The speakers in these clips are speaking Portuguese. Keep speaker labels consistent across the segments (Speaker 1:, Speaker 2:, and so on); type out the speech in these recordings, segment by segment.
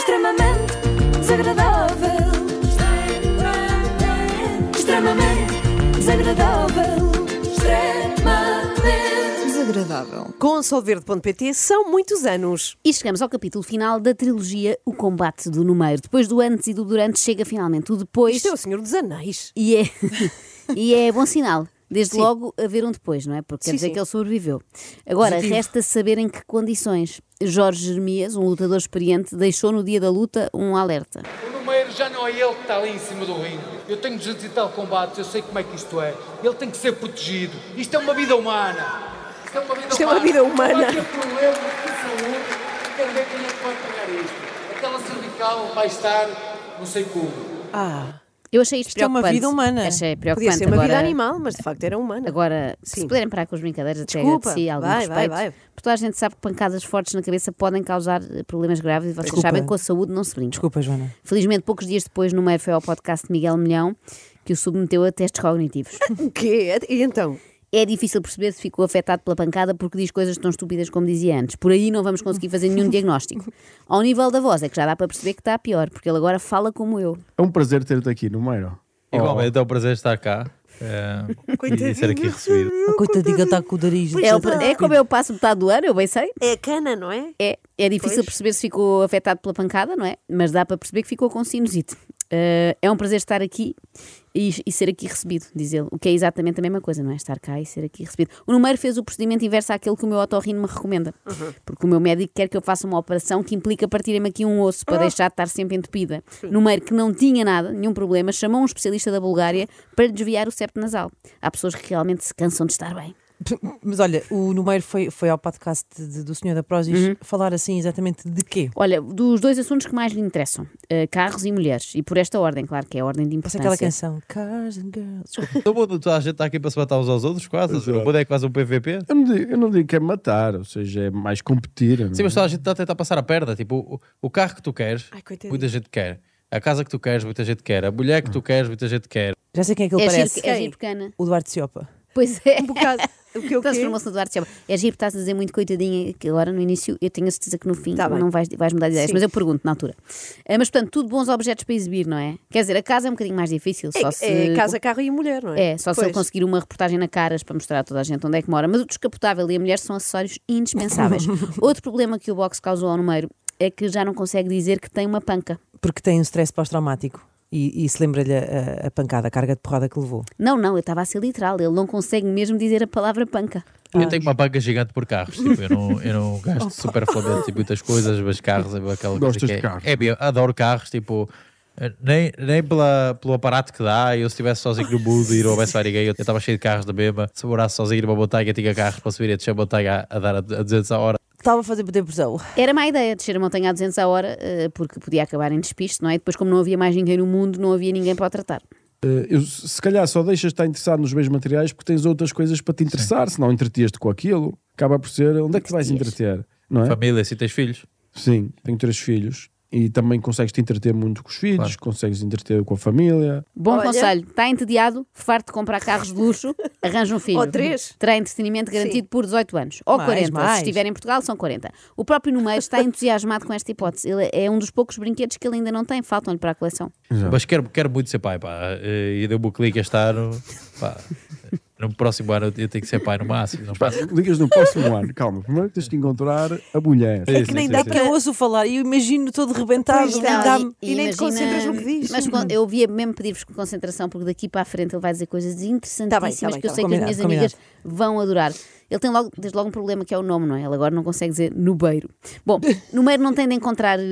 Speaker 1: extremamente desagradável. Extremamente desagradável. Extremamente desagradável.
Speaker 2: Com solverde.pt são muitos anos.
Speaker 3: E chegamos ao capítulo final da trilogia O Combate do Número. Depois do antes e do durante, chega finalmente o depois.
Speaker 2: Isto é o Senhor dos Anéis.
Speaker 3: E é, e é bom sinal. Desde logo haver um depois, não é? Porque quer
Speaker 2: Sim,
Speaker 3: dizer
Speaker 2: sim.
Speaker 3: que ele sobreviveu. Agora,
Speaker 2: Positivo.
Speaker 3: resta saber em que condições. Jorge Jeremias, um lutador experiente, deixou no dia da luta um alerta.
Speaker 4: O número já não é ele que está ali em cima do ringue. Eu tenho 200 e tal combates, eu sei como é que isto é. Ele tem que ser protegido. Isto é uma vida humana. Isto é uma vida
Speaker 2: Isto é uma vida humana.
Speaker 4: Vai ter problemas de saúde, quero ver quem é que vai pagar isto. Aquela cervical vai estar, não sei como.
Speaker 2: Ah,
Speaker 3: Eu achei isto,
Speaker 5: é uma
Speaker 3: preocupante.
Speaker 5: vida humana.
Speaker 2: é
Speaker 3: Achei preocupante.
Speaker 2: podia ser uma
Speaker 3: Agora-
Speaker 2: vida animal, mas de facto era humana.
Speaker 3: Agora,
Speaker 2: Sim.
Speaker 3: se puderem parar com as brincadeiras, até
Speaker 2: Desculpa.
Speaker 3: agradeci algum
Speaker 2: Vai, vai,
Speaker 3: respeito.
Speaker 2: vai.
Speaker 3: Porque toda a gente sabe que pancadas fortes na cabeça podem causar eh, problemas graves e vocês
Speaker 5: Desculpa.
Speaker 3: sabem que com a saúde não se brinca.
Speaker 5: Desculpa, Joana.
Speaker 3: Felizmente, poucos dias depois, no meio foi ao podcast de Miguel Milhão, que o submeteu a testes cognitivos.
Speaker 2: O quê? E então?
Speaker 3: É difícil perceber se ficou afetado pela pancada porque diz coisas tão estúpidas como dizia antes. Por aí não vamos conseguir fazer nenhum diagnóstico. Ao nível da voz, é que já dá para perceber que está pior, porque ele agora fala como eu.
Speaker 6: É um prazer ter-te aqui no Meiro.
Speaker 5: Oh.
Speaker 7: Igualmente, é um prazer estar cá eh, e ser aqui recebido.
Speaker 5: Coitadinho, ele está com o nariz.
Speaker 3: É, o- é como eu passo metade do ano, eu bem sei.
Speaker 2: É a cana, não é?
Speaker 3: É, é difícil perceber se ficou afetado pela pancada, não é? Mas dá para perceber que ficou com sinusite. Ah, é um prazer estar aqui e, e ser aqui recebido, diz ele. O que é exatamente a mesma coisa, não é? Estar cá e ser aqui recebido. O número fez o procedimento inverso àquele que o meu otorrino me recomenda. Porque o meu médico quer que eu faça uma operação que implica partirem-me aqui um osso para deixar de estar sempre entupida. Número que não tinha nada, nenhum problema, chamou um especialista da Bulgária para lhe desviar o septo nasal. Há pessoas que realmente se cansam de estar bem.
Speaker 5: Mas olha, o Numeiro foi, foi ao podcast de- do Senhor da Prozis falar assim exatamente de quê?
Speaker 3: Olha, dos dois assuntos que mais lhe interessam, eh, carros e mulheres, e por esta ordem, claro que é a ordem de
Speaker 5: Parece
Speaker 3: importância.
Speaker 5: aquela canção Cars and Girls. Desculpa.
Speaker 7: Todo mundo- Então, Toda a gente está aqui para se matar uns aos outros, quase. O mundo é quase um PVP.
Speaker 6: Eu não, digo, eu não digo que é matar, ou seja, é mais competir. não é?
Speaker 7: Sim, mas toda a gente está a tentar passar a perna. Tipo, o, o carro que tu queres,
Speaker 2: Ai, coitadinho.
Speaker 7: muita gente quer. A casa que tu queres, muita gente quer. A mulher que tu queres, muita gente quer.
Speaker 5: Já sei quem é que ele
Speaker 3: É
Speaker 5: parece.
Speaker 3: giro, é giro, pequena.
Speaker 5: O Duarte Siopa.
Speaker 3: Pois é.
Speaker 2: Um bocado. O que eu
Speaker 3: Transformou-se no Duarte Silva. É giro, estás a dizer muito coitadinha, que agora no início eu tenho a certeza que no fim
Speaker 2: Tá bem.
Speaker 3: não vais, vais mudar de ideias,
Speaker 2: Sim.
Speaker 3: mas eu pergunto na altura. Eh, mas portanto, tudo bons objetos para exibir, não é? Quer dizer, a casa é um bocadinho mais difícil, só se.
Speaker 2: É, é casa, carro e mulher, não é?
Speaker 3: É, só se
Speaker 2: Pois.
Speaker 3: ele conseguir uma reportagem na caras para mostrar a toda a gente onde é que mora. Mas o descapotável e a mulher são acessórios indispensáveis. Outro problema que o box causou ao número é que já não consegue dizer que tem uma panca.
Speaker 5: Porque tem um stress pós-traumático. E, e se lembra-lhe a, a- a pancada, a carga de porrada que levou.
Speaker 3: Não, não, eu estava a ser literal. Ele não consegue mesmo dizer a palavra panca.
Speaker 7: Eu tenho uma banca gigante por carros. Tipo, eu não, eu não gasto super foda tipo, muitas coisas, mas carros é aquela coisa
Speaker 6: Gostas
Speaker 7: que
Speaker 6: de
Speaker 7: é-
Speaker 6: carros?
Speaker 7: É, bem, eu adoro carros, tipo. eh, Nem, nem pela, pelo aparato que dá, eu se estivesse sozinho no mundo e não houvesse mais ninguém, eu estava cheio de carros da mesma. Se eu morasse sozinho numa montanha, tinha carros para subir e descer a montanha a, a dar a, a 200 a hora.
Speaker 5: Estava a fazer muita pressão.
Speaker 3: Era má ideia descer a montanha a 200 a hora, eh, porque podia acabar em despiste, não é? E depois, como não havia mais ninguém no mundo, não havia ninguém para o tratar.
Speaker 6: Eh, eu- se calhar só deixas de estar interessado nos bens materiais porque tens outras coisas para te interessar, se não entretias-te com aquilo. Acaba por ser onde é que te vais entreter, não é?
Speaker 7: Família, se tens filhos.
Speaker 6: Sim, tenho três filhos e também consegues te entreter muito com os filhos,
Speaker 7: Claro.
Speaker 6: consegues entreter com a família.
Speaker 3: Bom
Speaker 2: Olha.
Speaker 3: conselho, está entediado, farto de comprar carros de luxo, arranja um filho.
Speaker 2: Ou três.
Speaker 3: Terá entretenimento garantido por 18 anos. Ou
Speaker 5: Mais,
Speaker 3: 40, se
Speaker 5: mais.
Speaker 3: estiver em Portugal, são 40. O próprio Numeiro está entusiasmado com esta hipótese. Ele é um dos poucos brinquedos que ele ainda não tem, faltam-lhe para a coleção.
Speaker 7: Mas quero, quero muito ser pai, pá. Eh, E deu-me o clique este ano. Pá. No próximo ano eu tenho que ser pai no máximo. Não faço.
Speaker 6: Ligas no próximo ano, calma, primeiro tens de encontrar a mulher.
Speaker 7: É
Speaker 2: que nem dá
Speaker 5: Que eu ouço falar e eu imagino todo rebentado.
Speaker 2: Pois
Speaker 5: e
Speaker 2: não,
Speaker 5: dá-me-
Speaker 2: e nem te concentras no que diz.
Speaker 3: Mas con- eu via mesmo pedir-vos concentração, porque daqui para a frente ele vai dizer coisas interessantíssimas
Speaker 2: Tá bem, tá bem,
Speaker 3: que eu
Speaker 2: tá
Speaker 3: sei
Speaker 5: bem.
Speaker 3: que as minhas
Speaker 5: Combinado,
Speaker 3: amigas vão adorar. Ele tem logo, desde logo um problema que é o nome, não é? Ele agora não consegue dizer Nubeiro. Bom, Nubeiro não tem de encontrar, eh,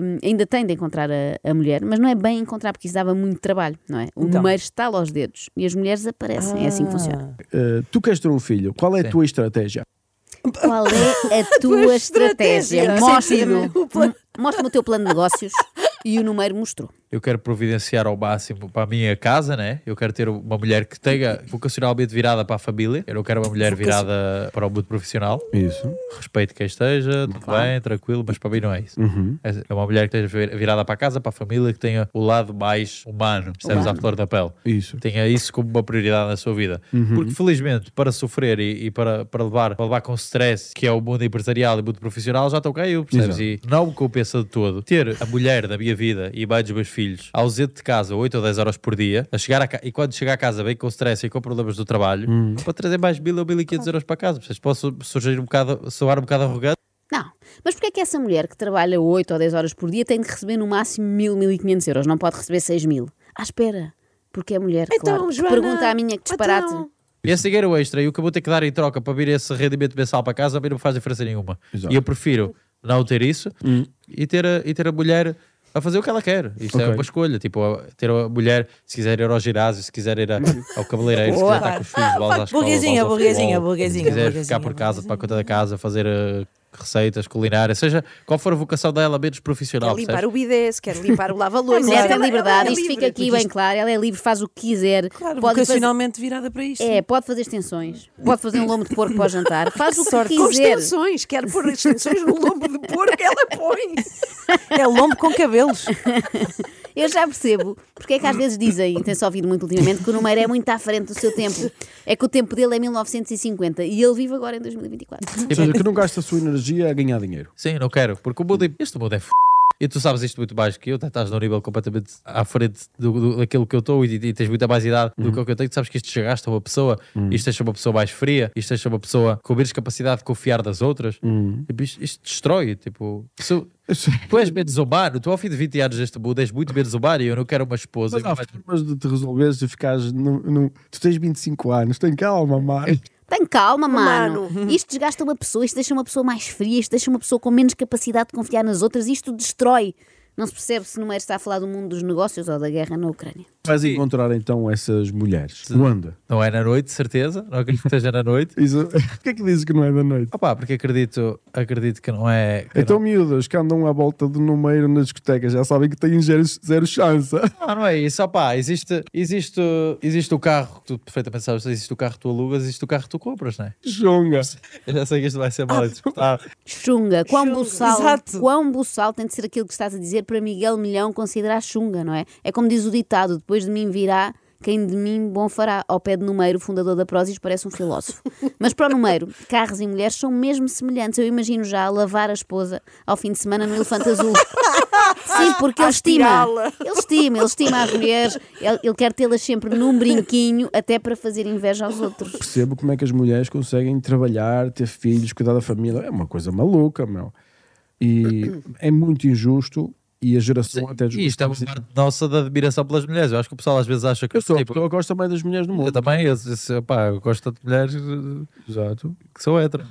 Speaker 3: hum, ainda tem de encontrar a, a mulher, mas não é bem encontrar, porque isso dava muito trabalho, não é? O
Speaker 5: Então.
Speaker 3: Numeiro está aos dedos e as mulheres aparecem, é
Speaker 2: Ah.
Speaker 3: assim que funciona.
Speaker 6: Eh, tu queres ter um filho, qual é a tua estratégia?
Speaker 3: Qual é a tua estratégia?
Speaker 2: estratégia.
Speaker 3: Mostra-me
Speaker 2: Sim, sim. O plano.
Speaker 3: mostra-me o teu plano de negócios e o número mostrou.
Speaker 7: eu quero providenciar ao máximo para a minha casa, né? Eu quero ter uma mulher que tenha vocacionalmente virada para a família. Eu não quero uma mulher virada para o mundo profissional.
Speaker 6: Isso.
Speaker 7: Respeito quem esteja, tudo bem, tranquilo, mas para mim não é isso.
Speaker 6: Uhum.
Speaker 7: É é uma mulher que esteja vir- virada para a casa, para a família, que tenha o lado mais humano, percebes? À flor da pele.
Speaker 6: Isso.
Speaker 7: Tenha isso como uma prioridade na sua vida. Porque felizmente, para sofrer e, e para, para, levar, para levar com stress, que é o mundo empresarial e o mundo profissional, já estou cá eu, percebes?
Speaker 6: Exato.
Speaker 7: E não me compensa de todo ter a mulher da minha vida e mãe dos meus filhos ausente de casa 8 ou 10 horas por dia, a chegar a ca- e quando chegar a casa bem com stress e com problemas do trabalho, para trazer mais 1000 ou 1500 euros para casa. Percebes? Posso surgir um bocado, soar um bocado arrogante.
Speaker 3: Não. Mas porquê é que essa mulher que trabalha 8 ou 10 horas por dia tem de receber no máximo 1000, 1500 euros? Não pode receber 6000. À espera. Porque é mulher,
Speaker 2: Então,
Speaker 3: claro. Que
Speaker 2: Joana,
Speaker 3: Pergunta à minha que disparate.
Speaker 2: então.
Speaker 7: E esse dinheiro extra e o que eu vou ter que dar em troca para vir esse rendimento mensal para casa, a mim não me faz diferença nenhuma.
Speaker 6: Exato. Hum.
Speaker 7: E eu prefiro não ter isso e, ter a, e ter a mulher a fazer o que ela quer. Isto é
Speaker 6: Ok.
Speaker 7: uma escolha. Tipo, a- ter a mulher, se quiser ir ao ginásio, se quiser ir a- ao cabeleireiro, se
Speaker 3: Boa.
Speaker 7: quiser estar com os filhos, bolas à escola,
Speaker 5: burguesinha,
Speaker 7: bolas ao
Speaker 5: burguesinha,
Speaker 7: futebol,
Speaker 5: burguesinha,
Speaker 7: Se quiser
Speaker 5: burguesinha,
Speaker 7: ficar por casa, para a conta da casa, fazer eh, receitas culinárias, seja qual for a vocação dela, menos profissional.
Speaker 2: Quer limpar
Speaker 7: percebes?
Speaker 2: o bidé, se quer limpar o lava-louça.
Speaker 3: A mulher tem
Speaker 2: Ela- ela
Speaker 3: liberdade,
Speaker 2: é
Speaker 3: isto
Speaker 2: livre.
Speaker 3: fica aqui
Speaker 2: Porque
Speaker 3: bem
Speaker 2: isto-
Speaker 3: claro. Ela é livre, faz o que quiser.
Speaker 5: Claro,
Speaker 3: pode fazer,
Speaker 5: vocacionalmente virada para isto.
Speaker 3: é, pode fazer extensões, pode fazer um lombo de porco para o jantar, faz o que
Speaker 5: Sorte.
Speaker 2: Com
Speaker 3: quiser.
Speaker 2: extensões, quer pôr extensões no lombo de porco, ela põe.
Speaker 5: É lombo com cabelos.
Speaker 3: Eu já percebo porque é que às vezes dizem, e tem-se ouvido muito ultimamente, que o número é muito à frente do seu tempo. É que o tempo dele é 1950 e ele vive agora em 2024.
Speaker 6: Ou
Speaker 7: Tipo,
Speaker 6: seja, que não gasta a sua energia a ganhar dinheiro.
Speaker 7: Sim, não quero, porque o mundo é- este mundo é f... E tu sabes isto muito mais que eu, estás num nível completamente à frente do, do- daquilo que eu estou e, e tens muita mais idade do que o que eu tenho. Tu sabes que isto chegaste a uma pessoa, isto deixa uma pessoa mais fria, isto deixa uma pessoa com menos capacidade de confiar das outras. Tipo, isto, isto destrói, tipo... se- tu és menos humano, tu ao fim de 20 anos deste mundo és muito menos humano e eu não quero uma esposa.
Speaker 6: Mas
Speaker 7: Eu
Speaker 6: há formas de te resolveres de ficares. No, no- Tu tens 25 anos, tem
Speaker 7: É
Speaker 6: calma, Mário.
Speaker 7: assim.
Speaker 3: Tem calma, mano. Isto desgasta uma pessoa, isto deixa uma pessoa mais fria, isto deixa uma pessoa com menos capacidade de confiar nas outras, isto destrói. Não se percebe se Numeiro está a falar do mundo dos negócios ou da guerra na Ucrânia.
Speaker 6: Vais encontrar então essas mulheres. Luanda.
Speaker 7: Não é na noite, de certeza, não acredito que esteja na noite.
Speaker 6: Isso... Porquê é que dizes que não é da noite?
Speaker 7: Opá, porque acredito, acredito que não é... que
Speaker 6: Então, miúdas que andam à volta do número na discoteca já sabem que têm zero, zero chance.
Speaker 7: Ah, não é isso, opá, existe, existe, existe o carro que tu perfeitamente sabes, existe o carro que tu alugas, existe o carro que tu compras, não é?
Speaker 6: Jonga.
Speaker 7: Eu já sei que isto vai ser
Speaker 6: Ah,
Speaker 7: mal interpretado.
Speaker 3: Chunga, quão buçal,
Speaker 5: Exato.
Speaker 3: quão buçal tem de ser aquilo que estás a dizer para Miguel Milhão considerar chunga, não é? É como diz o ditado, depois de mim virá quem de mim bom fará. Ao pé de Numeiro, o fundador da Prozis, parece um filósofo. Mas para o Numeiro, carros e mulheres são mesmo semelhantes. Eu imagino já a lavar a esposa ao fim de semana no Elefante Azul. Sim, porque ele estima.
Speaker 2: estirá-la.
Speaker 3: Ele estima, ele estima as mulheres. Ele, ele quer tê-las sempre num brinquinho, até para fazer inveja aos outros.
Speaker 6: Percebo como é que as mulheres conseguem trabalhar, ter filhos, cuidar da família. É uma coisa maluca, meu. E é muito injusto. E a geração até
Speaker 7: E isto é uma parte nossa da admiração pelas mulheres. Eu acho que o pessoal às vezes acha que.
Speaker 6: Eu sou a
Speaker 7: tipo,
Speaker 6: pessoa que gosta mais das mulheres do
Speaker 7: eu
Speaker 6: mundo.
Speaker 7: também, eu, eu- opá, eu gosto de mulheres eh,
Speaker 6: Exato.
Speaker 7: que são hétero.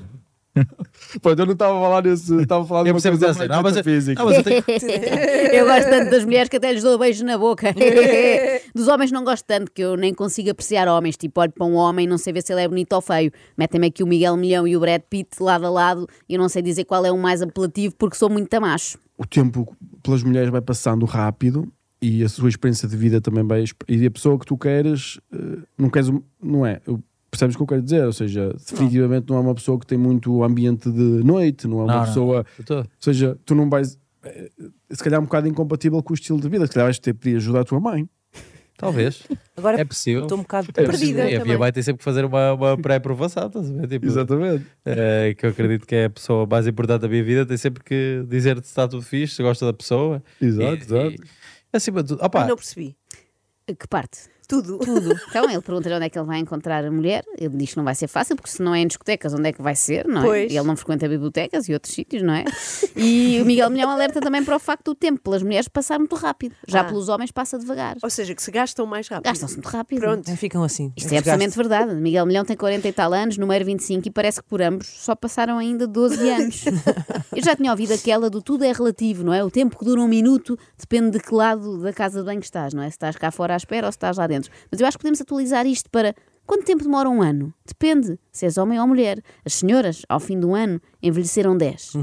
Speaker 6: Pô, eu não estava a falar desse. Estava a falar de
Speaker 7: Eu
Speaker 6: uma
Speaker 7: percebo que é assim,
Speaker 6: coisa mais
Speaker 7: não, mas, eu-
Speaker 6: metafísica.
Speaker 7: não, mas eu tenho que
Speaker 3: Eu gosto tanto das mulheres que até lhes dou beijo na boca. Dos homens não gosto tanto, que eu nem consigo apreciar homens. Tipo, olho para um homem e não sei ver se ele é bonito ou feio. Metem-me aqui o Miguel Milhão e o Brad Pitt lado a lado e eu não sei dizer qual é o mais apelativo porque sou muito tamacho.
Speaker 6: o tempo pelas mulheres vai passando rápido e a sua experiência de vida também vai. exp- E a pessoa que tu queres, eh, não queres. um- Não é? Eu- Percebes o que eu quero dizer? Ou seja, definitivamente não é uma pessoa que tem muito ambiente de noite, não é uma
Speaker 7: Não, não.
Speaker 6: pessoa.
Speaker 7: Eu tô.
Speaker 6: Ou seja, tu não vais. eh, Se calhar é um bocado incompatível com o estilo de vida, se calhar vais ter que pedir ajuda à tua mãe.
Speaker 7: Talvez.
Speaker 5: Agora
Speaker 7: É possível.
Speaker 5: Estou um bocado
Speaker 6: É
Speaker 5: perdida.
Speaker 2: Perdida
Speaker 7: E a minha
Speaker 2: também.
Speaker 7: mãe tem sempre que fazer uma, uma pré-aprovação, estás a ver? Tipo,
Speaker 6: Exatamente.
Speaker 7: eh, que eu acredito que é a pessoa mais importante da minha vida, tem sempre que dizer-te se está tudo fixe, se gosta da pessoa.
Speaker 6: Exato,
Speaker 7: E-
Speaker 6: exato.
Speaker 7: e- acima de tudo, opá,
Speaker 2: Eu Não percebi.
Speaker 3: Que parte?
Speaker 2: Tudo.
Speaker 3: Então ele pergunta onde é que ele vai encontrar a mulher. Ele diz que não vai ser fácil, porque se não é em discotecas, onde é que vai ser, não é?
Speaker 2: Pois.
Speaker 3: E Ele não frequenta bibliotecas e outros sítios, não é? E o Miguel Milhão alerta também para o facto do tempo pelas mulheres passar muito rápido. Já
Speaker 2: Ah.
Speaker 3: pelos homens passa devagar.
Speaker 2: Ou seja, que se gastam mais rápido.
Speaker 3: Gastam-se muito rápido.
Speaker 2: Pronto.
Speaker 5: É, Ficam assim.
Speaker 3: Isto é absolutamente verdade. Miguel Milhão tem 40 e tal anos, número 25, e parece que por ambos só passaram ainda 12 anos. Eu já tinha ouvido aquela do tudo é relativo, não é? O tempo que dura um minuto depende de que lado da casa de banho estás, não é? Se estás cá fora à espera ou se estás lá dentro. Mas eu acho que podemos atualizar isto para quanto tempo demora um ano? Depende se és homem ou mulher. As senhoras, ao fim do ano, envelheceram 10.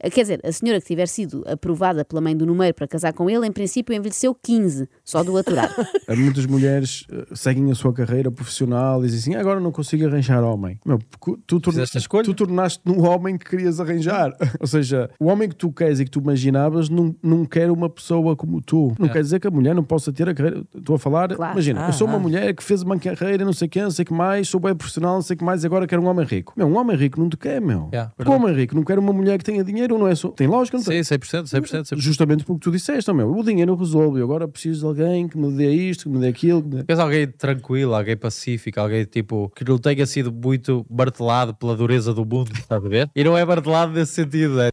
Speaker 3: Eh, Quer dizer, a senhora que tiver sido aprovada pela mãe do número para casar com ele, em princípio envelheceu 15, só do aturar.
Speaker 6: Há Muitas mulheres eh, seguem a sua carreira profissional e dizem assim: agora não consigo arranjar homem. Meu, porque tu, torna-
Speaker 7: Fizeste a escolha?
Speaker 6: tu tornaste no homem que querias arranjar. Ou seja, o homem que tu queres e que tu imaginavas não, não quer uma pessoa como tu.
Speaker 7: É.
Speaker 6: Não quer dizer que a mulher não possa ter a carreira. Estou a falar,
Speaker 3: Claro.
Speaker 6: imagina,
Speaker 5: Ah,
Speaker 6: eu sou
Speaker 5: ah.
Speaker 6: uma mulher que fez uma carreira, não sei quem, não sei que mais, sou bem profissional, não sei que mais, e agora quero um homem rico. Meu, um homem rico não te quer, meu.
Speaker 7: Yeah,
Speaker 6: Porque um homem rico não quer uma mulher que tenha dinheiro, não é só. Tem lógica, não tem?
Speaker 7: Sim, 100%, 100%. 100%.
Speaker 6: Justamente porque tu disseste, "Oh, meu, o dinheiro resolve, eu agora preciso de alguém que me dê isto, que me dê aquilo. Que me dê...
Speaker 7: Queres alguém tranquilo, alguém pacífico, alguém tipo que não tenha sido muito martelado pela dureza do mundo, estás a ver? E não é martelado nesse sentido, é?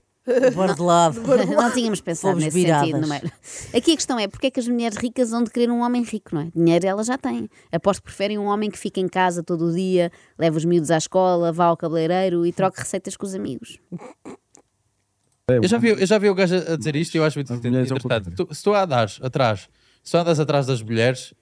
Speaker 5: Bora de lado.
Speaker 3: não tínhamos pensado
Speaker 5: Fomos
Speaker 3: nesse
Speaker 5: viradas.
Speaker 3: sentido, número. Aqui a questão é porque é que as mulheres ricas vão de querer um homem rico, não é? Dinheiro elas já têm. Aposto que preferem um homem que fica em casa todo o dia, leva os miúdos à escola, vá ao cabeleireiro e troque receitas com os amigos.
Speaker 7: Eu já vi, eu já vi o gajo a a dizer isto e eu acho muito
Speaker 6: As mulheres ao
Speaker 7: interessante. Tu- se tu andas atrás, se tu andas atrás das mulheres,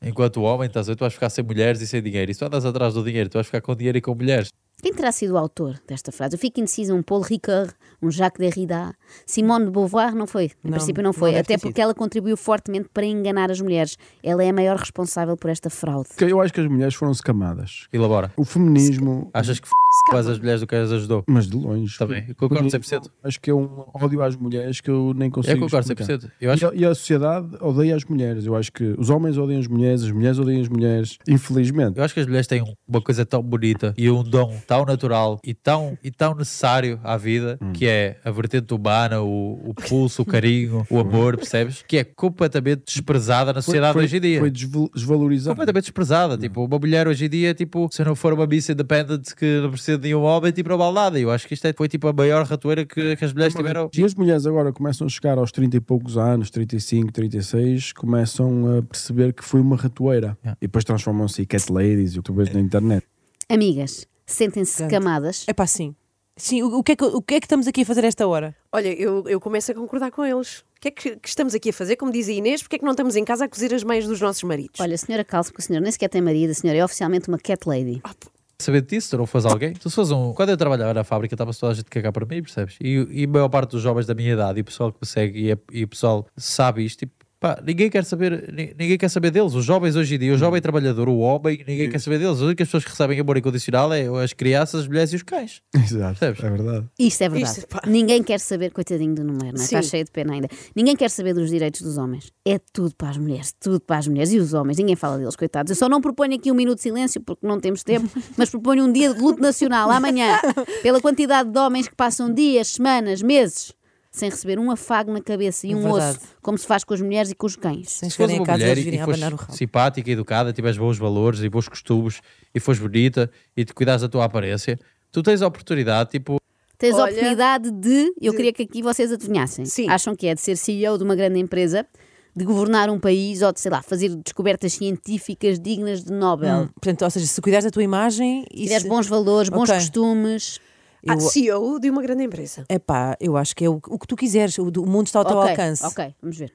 Speaker 7: enquanto homem, estás a ver, tu vais ficar sem mulheres e sem dinheiro. E se tu andas atrás do dinheiro, tu vais ficar com dinheiro e com mulheres.
Speaker 3: Quem terá sido o autor desta frase? Eu fico indecisa, um Paul Ricard, um Jacques Derrida, Simone de Beauvoir, não foi? Em
Speaker 5: Não,
Speaker 3: princípio não
Speaker 5: não
Speaker 3: foi,
Speaker 5: deve
Speaker 3: até
Speaker 5: ter sido.
Speaker 3: porque ela contribuiu fortemente para enganar as mulheres. Ela é a maior responsável por esta fraude.
Speaker 6: Que Eu acho que as mulheres foram escamadas.
Speaker 7: Elabora.
Speaker 6: O feminismo,
Speaker 7: Achas que f... quase as mulheres do que as ajudou?
Speaker 6: mas de longe.
Speaker 7: Tá bem, eu concordo
Speaker 6: Feminismo,
Speaker 7: 100%.
Speaker 6: Acho que é um ódio às mulheres que eu nem consigo.
Speaker 7: Eu concordo
Speaker 6: explicar.
Speaker 7: 100%. Eu acho
Speaker 6: E, a, e a sociedade odeia as mulheres. Eu acho que os homens odeiam as mulheres, as mulheres odeiam as mulheres, infelizmente.
Speaker 7: Eu acho que as mulheres têm uma coisa tão bonita e um dom tão natural e tão, e tão necessário à vida,
Speaker 6: Hum.
Speaker 7: que é a vertente humana, o, o pulso, o carinho, o amor, percebes? Que é completamente desprezada na sociedade
Speaker 6: Hum. foi,
Speaker 7: hoje em dia.
Speaker 6: Foi desval- desvalorizado.
Speaker 7: Completamente desprezada. Tipo, uma mulher hoje em dia, tipo, se não for uma Miss Independent que não precisa de nenhum homem, tipo, não vale nada. Eu acho que isto é- foi tipo a maior ratoeira que, que as mulheres tiveram.
Speaker 6: E as mulheres agora começam a chegar aos 30 e poucos anos, 35, 36, começam a perceber que foi uma ratoeira.
Speaker 7: Yeah.
Speaker 6: E depois transformam-se em cat ladies, e o que tu vês na internet.
Speaker 3: Amigas, sentem-se
Speaker 5: Tanto.
Speaker 3: camadas.
Speaker 5: É pá, sim. Sim, o, o que é que, o que é que estamos aqui a fazer esta hora?
Speaker 2: Olha, eu, eu começo a concordar com eles. O que é que, que estamos aqui a fazer? Como diz a Inês, porque é que não estamos em casa a cozer as meias dos nossos maridos?
Speaker 3: Olha, a senhora calça, porque a senhora nem sequer tem marido, a senhora é oficialmente uma cat lady.
Speaker 7: Sabendo disso, se não fosse alguém, tu se fosse um. Quando eu trabalhava na fábrica, estava toda a gente a cagar para mim, percebes? E, e a maior parte dos jovens da minha idade e o pessoal que me segue e, é- e o pessoal sabe isto, tipo, pá, ninguém quer saber, ni- ninguém quer saber deles. Os jovens hoje em dia, o jovem trabalhador, o homem, ninguém quer saber deles. As únicas pessoas que recebem amor incondicional é as crianças, as mulheres e os cães.
Speaker 6: Exato, é
Speaker 7: Percebes?
Speaker 6: verdade.
Speaker 3: Isto é verdade.
Speaker 2: Isto, pá.
Speaker 3: Ninguém quer saber, coitadinho do número, não é?
Speaker 2: Sim.
Speaker 3: está cheio de pena ainda. Ninguém quer saber dos direitos dos homens. É tudo para as mulheres, tudo para as mulheres e os homens. Ninguém fala deles, coitados. Eu só não proponho aqui um minuto de silêncio porque não temos tempo, mas proponho um dia de luto nacional amanhã pela quantidade de homens que passam dias, semanas, meses sem receber um afago na cabeça e um
Speaker 2: É
Speaker 5: Verdade.
Speaker 3: osso, como se faz com as mulheres e com os cães.
Speaker 5: Sem
Speaker 7: Se fores
Speaker 5: chegarem
Speaker 7: uma
Speaker 5: a casa e
Speaker 7: mulher
Speaker 5: eles
Speaker 7: e,
Speaker 5: virem
Speaker 7: e
Speaker 5: a
Speaker 7: fores
Speaker 5: abanar o rabo.
Speaker 7: simpática, educada, tiveres bons valores e bons costumes e fores bonita e te cuidares da tua aparência, tu tens a oportunidade, tipo,
Speaker 3: Tens a
Speaker 2: Olha-
Speaker 3: oportunidade de. Eu queria que aqui vocês adivinhassem.
Speaker 2: Sim.
Speaker 3: Acham que é de ser CEO de uma grande empresa, de governar um país ou de, sei lá, fazer descobertas científicas dignas de Nobel.
Speaker 5: Hum, portanto, ou seja, se cuidares da tua imagem e
Speaker 3: Se tiveres
Speaker 5: se-
Speaker 3: bons valores, bons
Speaker 5: Ok.
Speaker 3: costumes.
Speaker 2: Ah, CEO de uma grande empresa.
Speaker 5: É pá, eu acho que é o, o que tu quiseres, o, do- o mundo está ao teu
Speaker 3: ok,
Speaker 5: alcance.
Speaker 3: ok, vamos ver.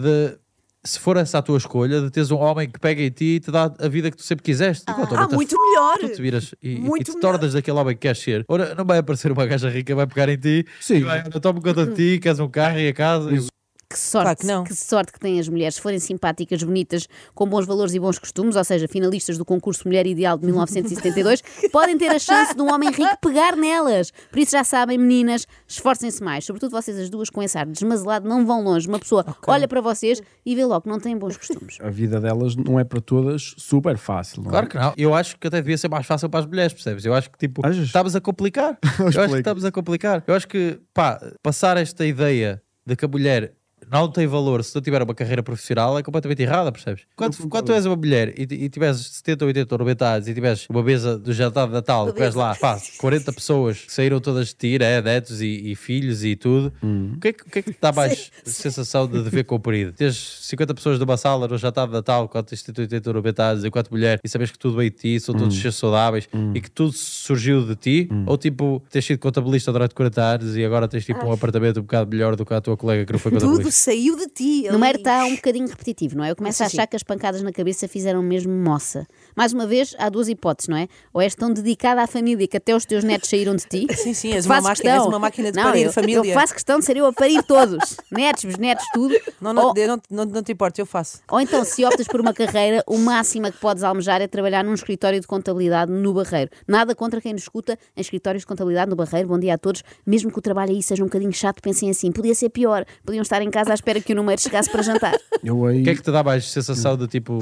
Speaker 7: de se for essa a tua escolha, de teres um homem que pega em ti e te dá a vida que tu sempre quiseste. Enquanto
Speaker 2: Ah,
Speaker 7: outras-
Speaker 2: muito melhor!
Speaker 7: Tu te viras e, e
Speaker 2: Muito
Speaker 7: te
Speaker 2: melhor.
Speaker 7: tornas daquele homem que queres ser. Ora, não vai aparecer uma gaja rica, vai pegar em ti
Speaker 6: Sim.
Speaker 7: e vai, eu tomo conta de ti, queres um carro e a casa. E-
Speaker 3: Que sorte,
Speaker 5: Claro que não.
Speaker 3: sorte que têm as mulheres, se forem simpáticas, bonitas, com bons valores e bons costumes, ou seja, finalistas do concurso Mulher Ideal de 1972, podem ter a chance de um homem rico pegar nelas. Por isso já sabem, meninas, esforcem-se mais. Sobretudo vocês as duas com esse ar desmazelado, não vão longe. Uma pessoa olha para vocês e vê logo que não têm bons costumes.
Speaker 6: A vida delas não é para todas super fácil. Não é?
Speaker 7: Claro que não. Eu acho que até devia ser mais fácil para as mulheres, percebes? Eu acho que tipo,
Speaker 6: Achas?
Speaker 7: estamos a complicar. Eu acho que
Speaker 6: Explica.
Speaker 7: estamos a complicar. Eu acho que, pá, passar esta ideia de que a mulher não tem valor se não tiver uma carreira profissional é completamente errada, percebes? Quando, quando tu és uma mulher e, e tiveres 70, 80 ou 90 anos e tiveres uma mesa do jantar de Natal, que vais lá, pá, 40 pessoas que saíram todas de ti, né, netos e, e filhos e tudo,
Speaker 6: Hum.
Speaker 7: o, que é que, o que é que te dá mais sensação de dever cumprido? Tens 50 pessoas numa sala no jantar de Natal, quando tens 70, 80 ou 90 anos e quatro mulher e sabes que tudo veio de ti, são
Speaker 6: Hum.
Speaker 7: todos seres saudáveis e que tudo surgiu de ti, ou tipo, tens sido contabilista durante 40 anos e agora tens tipo um apartamento um bocado melhor do que a tua colega que não foi contabilista.
Speaker 2: tipo saiu de ti. ali.
Speaker 3: Número está um bocadinho repetitivo, não é? Eu começo a
Speaker 2: Sim, sim.
Speaker 3: achar que as pancadas na cabeça fizeram mesmo moça. Mais uma vez, há duas hipóteses, não é? Ou és tão dedicada à família que até os teus netos saíram de ti.
Speaker 5: Sim, sim, és
Speaker 3: que
Speaker 5: uma
Speaker 3: fazes
Speaker 5: máquina- és uma máquina de
Speaker 3: não,
Speaker 5: parir
Speaker 3: eu,
Speaker 5: família.
Speaker 3: Eu faço questão de ser eu a parir todos. netos, bisnetos, tudo.
Speaker 5: Não, não,
Speaker 3: ou,
Speaker 5: eu não, não, não te importa, eu faço.
Speaker 3: ou então, se optas por uma carreira, o máximo que podes almejar é trabalhar num escritório de contabilidade no Barreiro. Nada contra quem nos escuta em escritórios de contabilidade no Barreiro. Bom dia a todos. Mesmo que o trabalho aí seja um bocadinho chato, pensem assim: podia ser pior. Podiam estar em casa à espera que o número chegasse para jantar.
Speaker 6: Eu aí.
Speaker 7: O que é que te dá mais sensação de tipo.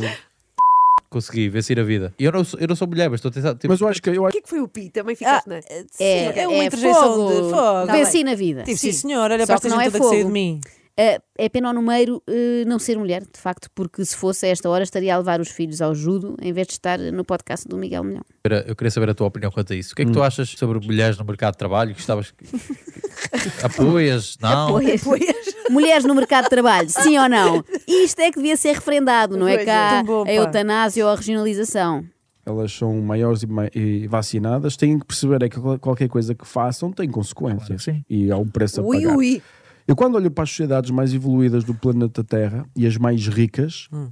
Speaker 7: Consegui vencer a vida. E Eu não sou, eu não sou mulher, mas estou a tentar. Tipo,
Speaker 6: Mas eu acho que. Eu
Speaker 2: O que
Speaker 6: acho...
Speaker 2: é que foi o Pi? Também ficaste, não é?
Speaker 5: Sim, Ah,
Speaker 3: um
Speaker 5: é uma interjeição de fogo.
Speaker 3: Venci na vida.
Speaker 5: Tipo, sim,
Speaker 3: Sim.
Speaker 5: senhor, olha
Speaker 3: Só
Speaker 5: para esta
Speaker 3: que não
Speaker 5: gente
Speaker 3: é
Speaker 5: toda que saiu
Speaker 3: fogo.
Speaker 5: de mim.
Speaker 3: Eh, é pena ao número eh, não ser mulher, de facto, porque se fosse a esta hora estaria a levar os filhos ao judo em vez de estar no podcast do Miguel Milhão.
Speaker 7: eu queria saber a tua opinião quanto a isso. O que é que
Speaker 6: Hum.
Speaker 7: tu achas sobre mulheres no mercado de trabalho? Gostavas. que- Apoias? Não.
Speaker 3: Mulheres no mercado de trabalho, sim ou não? Isto é que devia ser referendado, não é
Speaker 2: Pois é,
Speaker 3: cá
Speaker 5: tão bom,
Speaker 3: a
Speaker 5: pá.
Speaker 3: eutanásia ou a regionalização.
Speaker 6: Elas são maiores e, mai- e vacinadas. Têm que perceber é que qual- qualquer coisa que façam tem consequências.
Speaker 7: Claro que sim.
Speaker 6: E há um preço a
Speaker 2: Ui,
Speaker 6: pagar.
Speaker 2: ui.
Speaker 6: Eu quando olho para as sociedades mais evoluídas do planeta Terra e as mais ricas,
Speaker 7: Hum.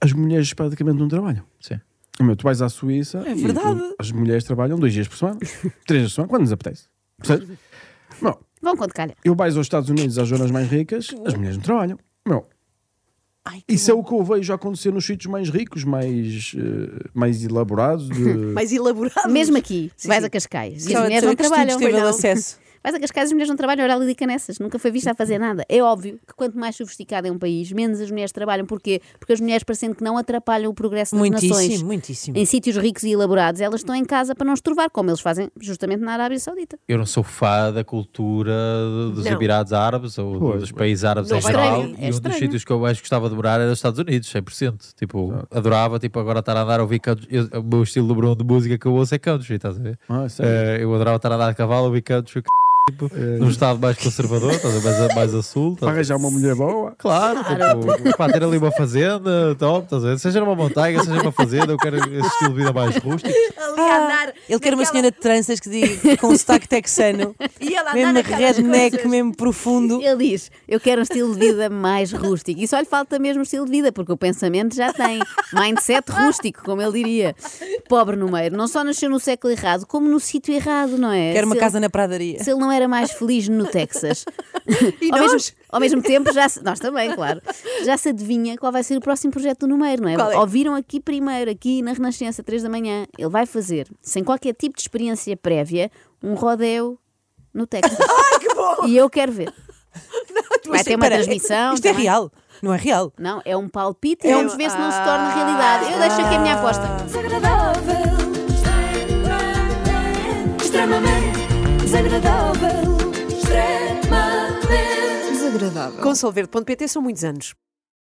Speaker 6: as mulheres praticamente não trabalham.
Speaker 7: Sim.
Speaker 6: Meu, tu vais à Suíça é
Speaker 5: verdade.
Speaker 6: as mulheres trabalham dois dias por semana, três dias por semana, quando nos apetece. Percebes? Meu,
Speaker 3: Vão quando calha.
Speaker 6: eu vais aos Estados Unidos, às zonas mais ricas, as mulheres não trabalham. Meu, isso é o que eu vejo acontecer nos sítios mais ricos, mais, eh, mais elaborados. de-
Speaker 2: Mais
Speaker 5: Ah,
Speaker 2: elaborado.
Speaker 3: Mesmo aqui,
Speaker 2: Sim,
Speaker 3: vais
Speaker 2: sim.
Speaker 3: a Cascais e as
Speaker 5: Só
Speaker 3: mulheres
Speaker 5: dizer
Speaker 3: não
Speaker 5: que estudos
Speaker 3: trabalham.
Speaker 5: teve
Speaker 3: Pois não.
Speaker 5: acesso.
Speaker 3: Vais a Cascais e é as mulheres não trabalham, oral e canessas. Nunca foi vista a fazer nada. É óbvio que quanto mais sofisticado é um país, menos as mulheres trabalham. Porquê? Porque as mulheres, parecendo que não atrapalham o progresso das nações.
Speaker 5: Muitíssimo, muitíssimo.
Speaker 3: em sítios ricos e elaborados, elas estão em casa para não estrovar, como eles fazem justamente na Arábia Saudita.
Speaker 7: Eu não sou fã da cultura de- dos
Speaker 2: Não.
Speaker 7: Emirados Árabes ou
Speaker 6: Pois,
Speaker 7: dos países árabes
Speaker 2: Não
Speaker 7: em
Speaker 2: vai
Speaker 7: geral.
Speaker 3: estranho, é
Speaker 7: e um dos
Speaker 3: estranho.
Speaker 7: sítios que eu mais gostava de morar era os Estados Unidos, 100%. Tipo, adorava, tipo, agora estar a andar a ouvir country. Eu- O meu estilo Bruno de música que eu ouço é country, estás a ver?
Speaker 6: Ah, sério?
Speaker 7: Eh, eu adorava estar a andar de cavalo, a ouvir country, c- tipo,
Speaker 6: Eh.
Speaker 7: num estado mais conservador, estás a ver? mais, a- mais a sul. estás
Speaker 6: Para
Speaker 7: a ver?
Speaker 6: arranjar uma mulher boa,
Speaker 7: Claro, tipo, pá, ter ali uma fazenda, top, estás a ver? seja numa montanha, seja numa fazenda, eu quero esse estilo de vida mais rústico.
Speaker 2: Ali a andar.
Speaker 5: Ah, Ele quer
Speaker 2: naquela-
Speaker 5: uma senhora de tranças que diga com um sotaque texano,
Speaker 2: E ela a andar
Speaker 5: mesmo
Speaker 2: naquelas
Speaker 5: redneck,
Speaker 2: coisas.
Speaker 5: mesmo profundo.
Speaker 3: Ele diz: Eu quero um estilo de vida mais rústico. E só lhe falta mesmo o estilo de vida, porque o pensamento já tem. Mindset rústico, como ele diria. Pobre Numeiro, não só nasceu no século errado, como no sítio errado, não é?
Speaker 5: Quer uma
Speaker 3: Se ele-
Speaker 5: casa na pradaria.
Speaker 3: Se ele não era mais feliz no Texas. ao,
Speaker 2: nós?
Speaker 3: Mesmo, ao mesmo tempo, já se- nós também, claro. Já se adivinha qual vai ser o próximo projeto do Numeiro, não é?
Speaker 2: Qual é?
Speaker 3: Ouviram aqui primeiro, aqui na Renascença, 3 da manhã. Ele vai fazer, sem qualquer tipo de experiência prévia, um rodeo no Texas. Ai, que bom! E eu quero ver. vai ter uma
Speaker 5: Espera,
Speaker 3: transmissão. tá
Speaker 5: Isto é
Speaker 3: também.
Speaker 5: real, não é real.
Speaker 3: Não, é um palpite e vamos ver se não se torna realidade. Eu deixo aqui a minha aposta.
Speaker 1: Desagradável. Extremamente desagradável. Extremamente desagradável.
Speaker 2: Com Solverde.pt são muitos anos.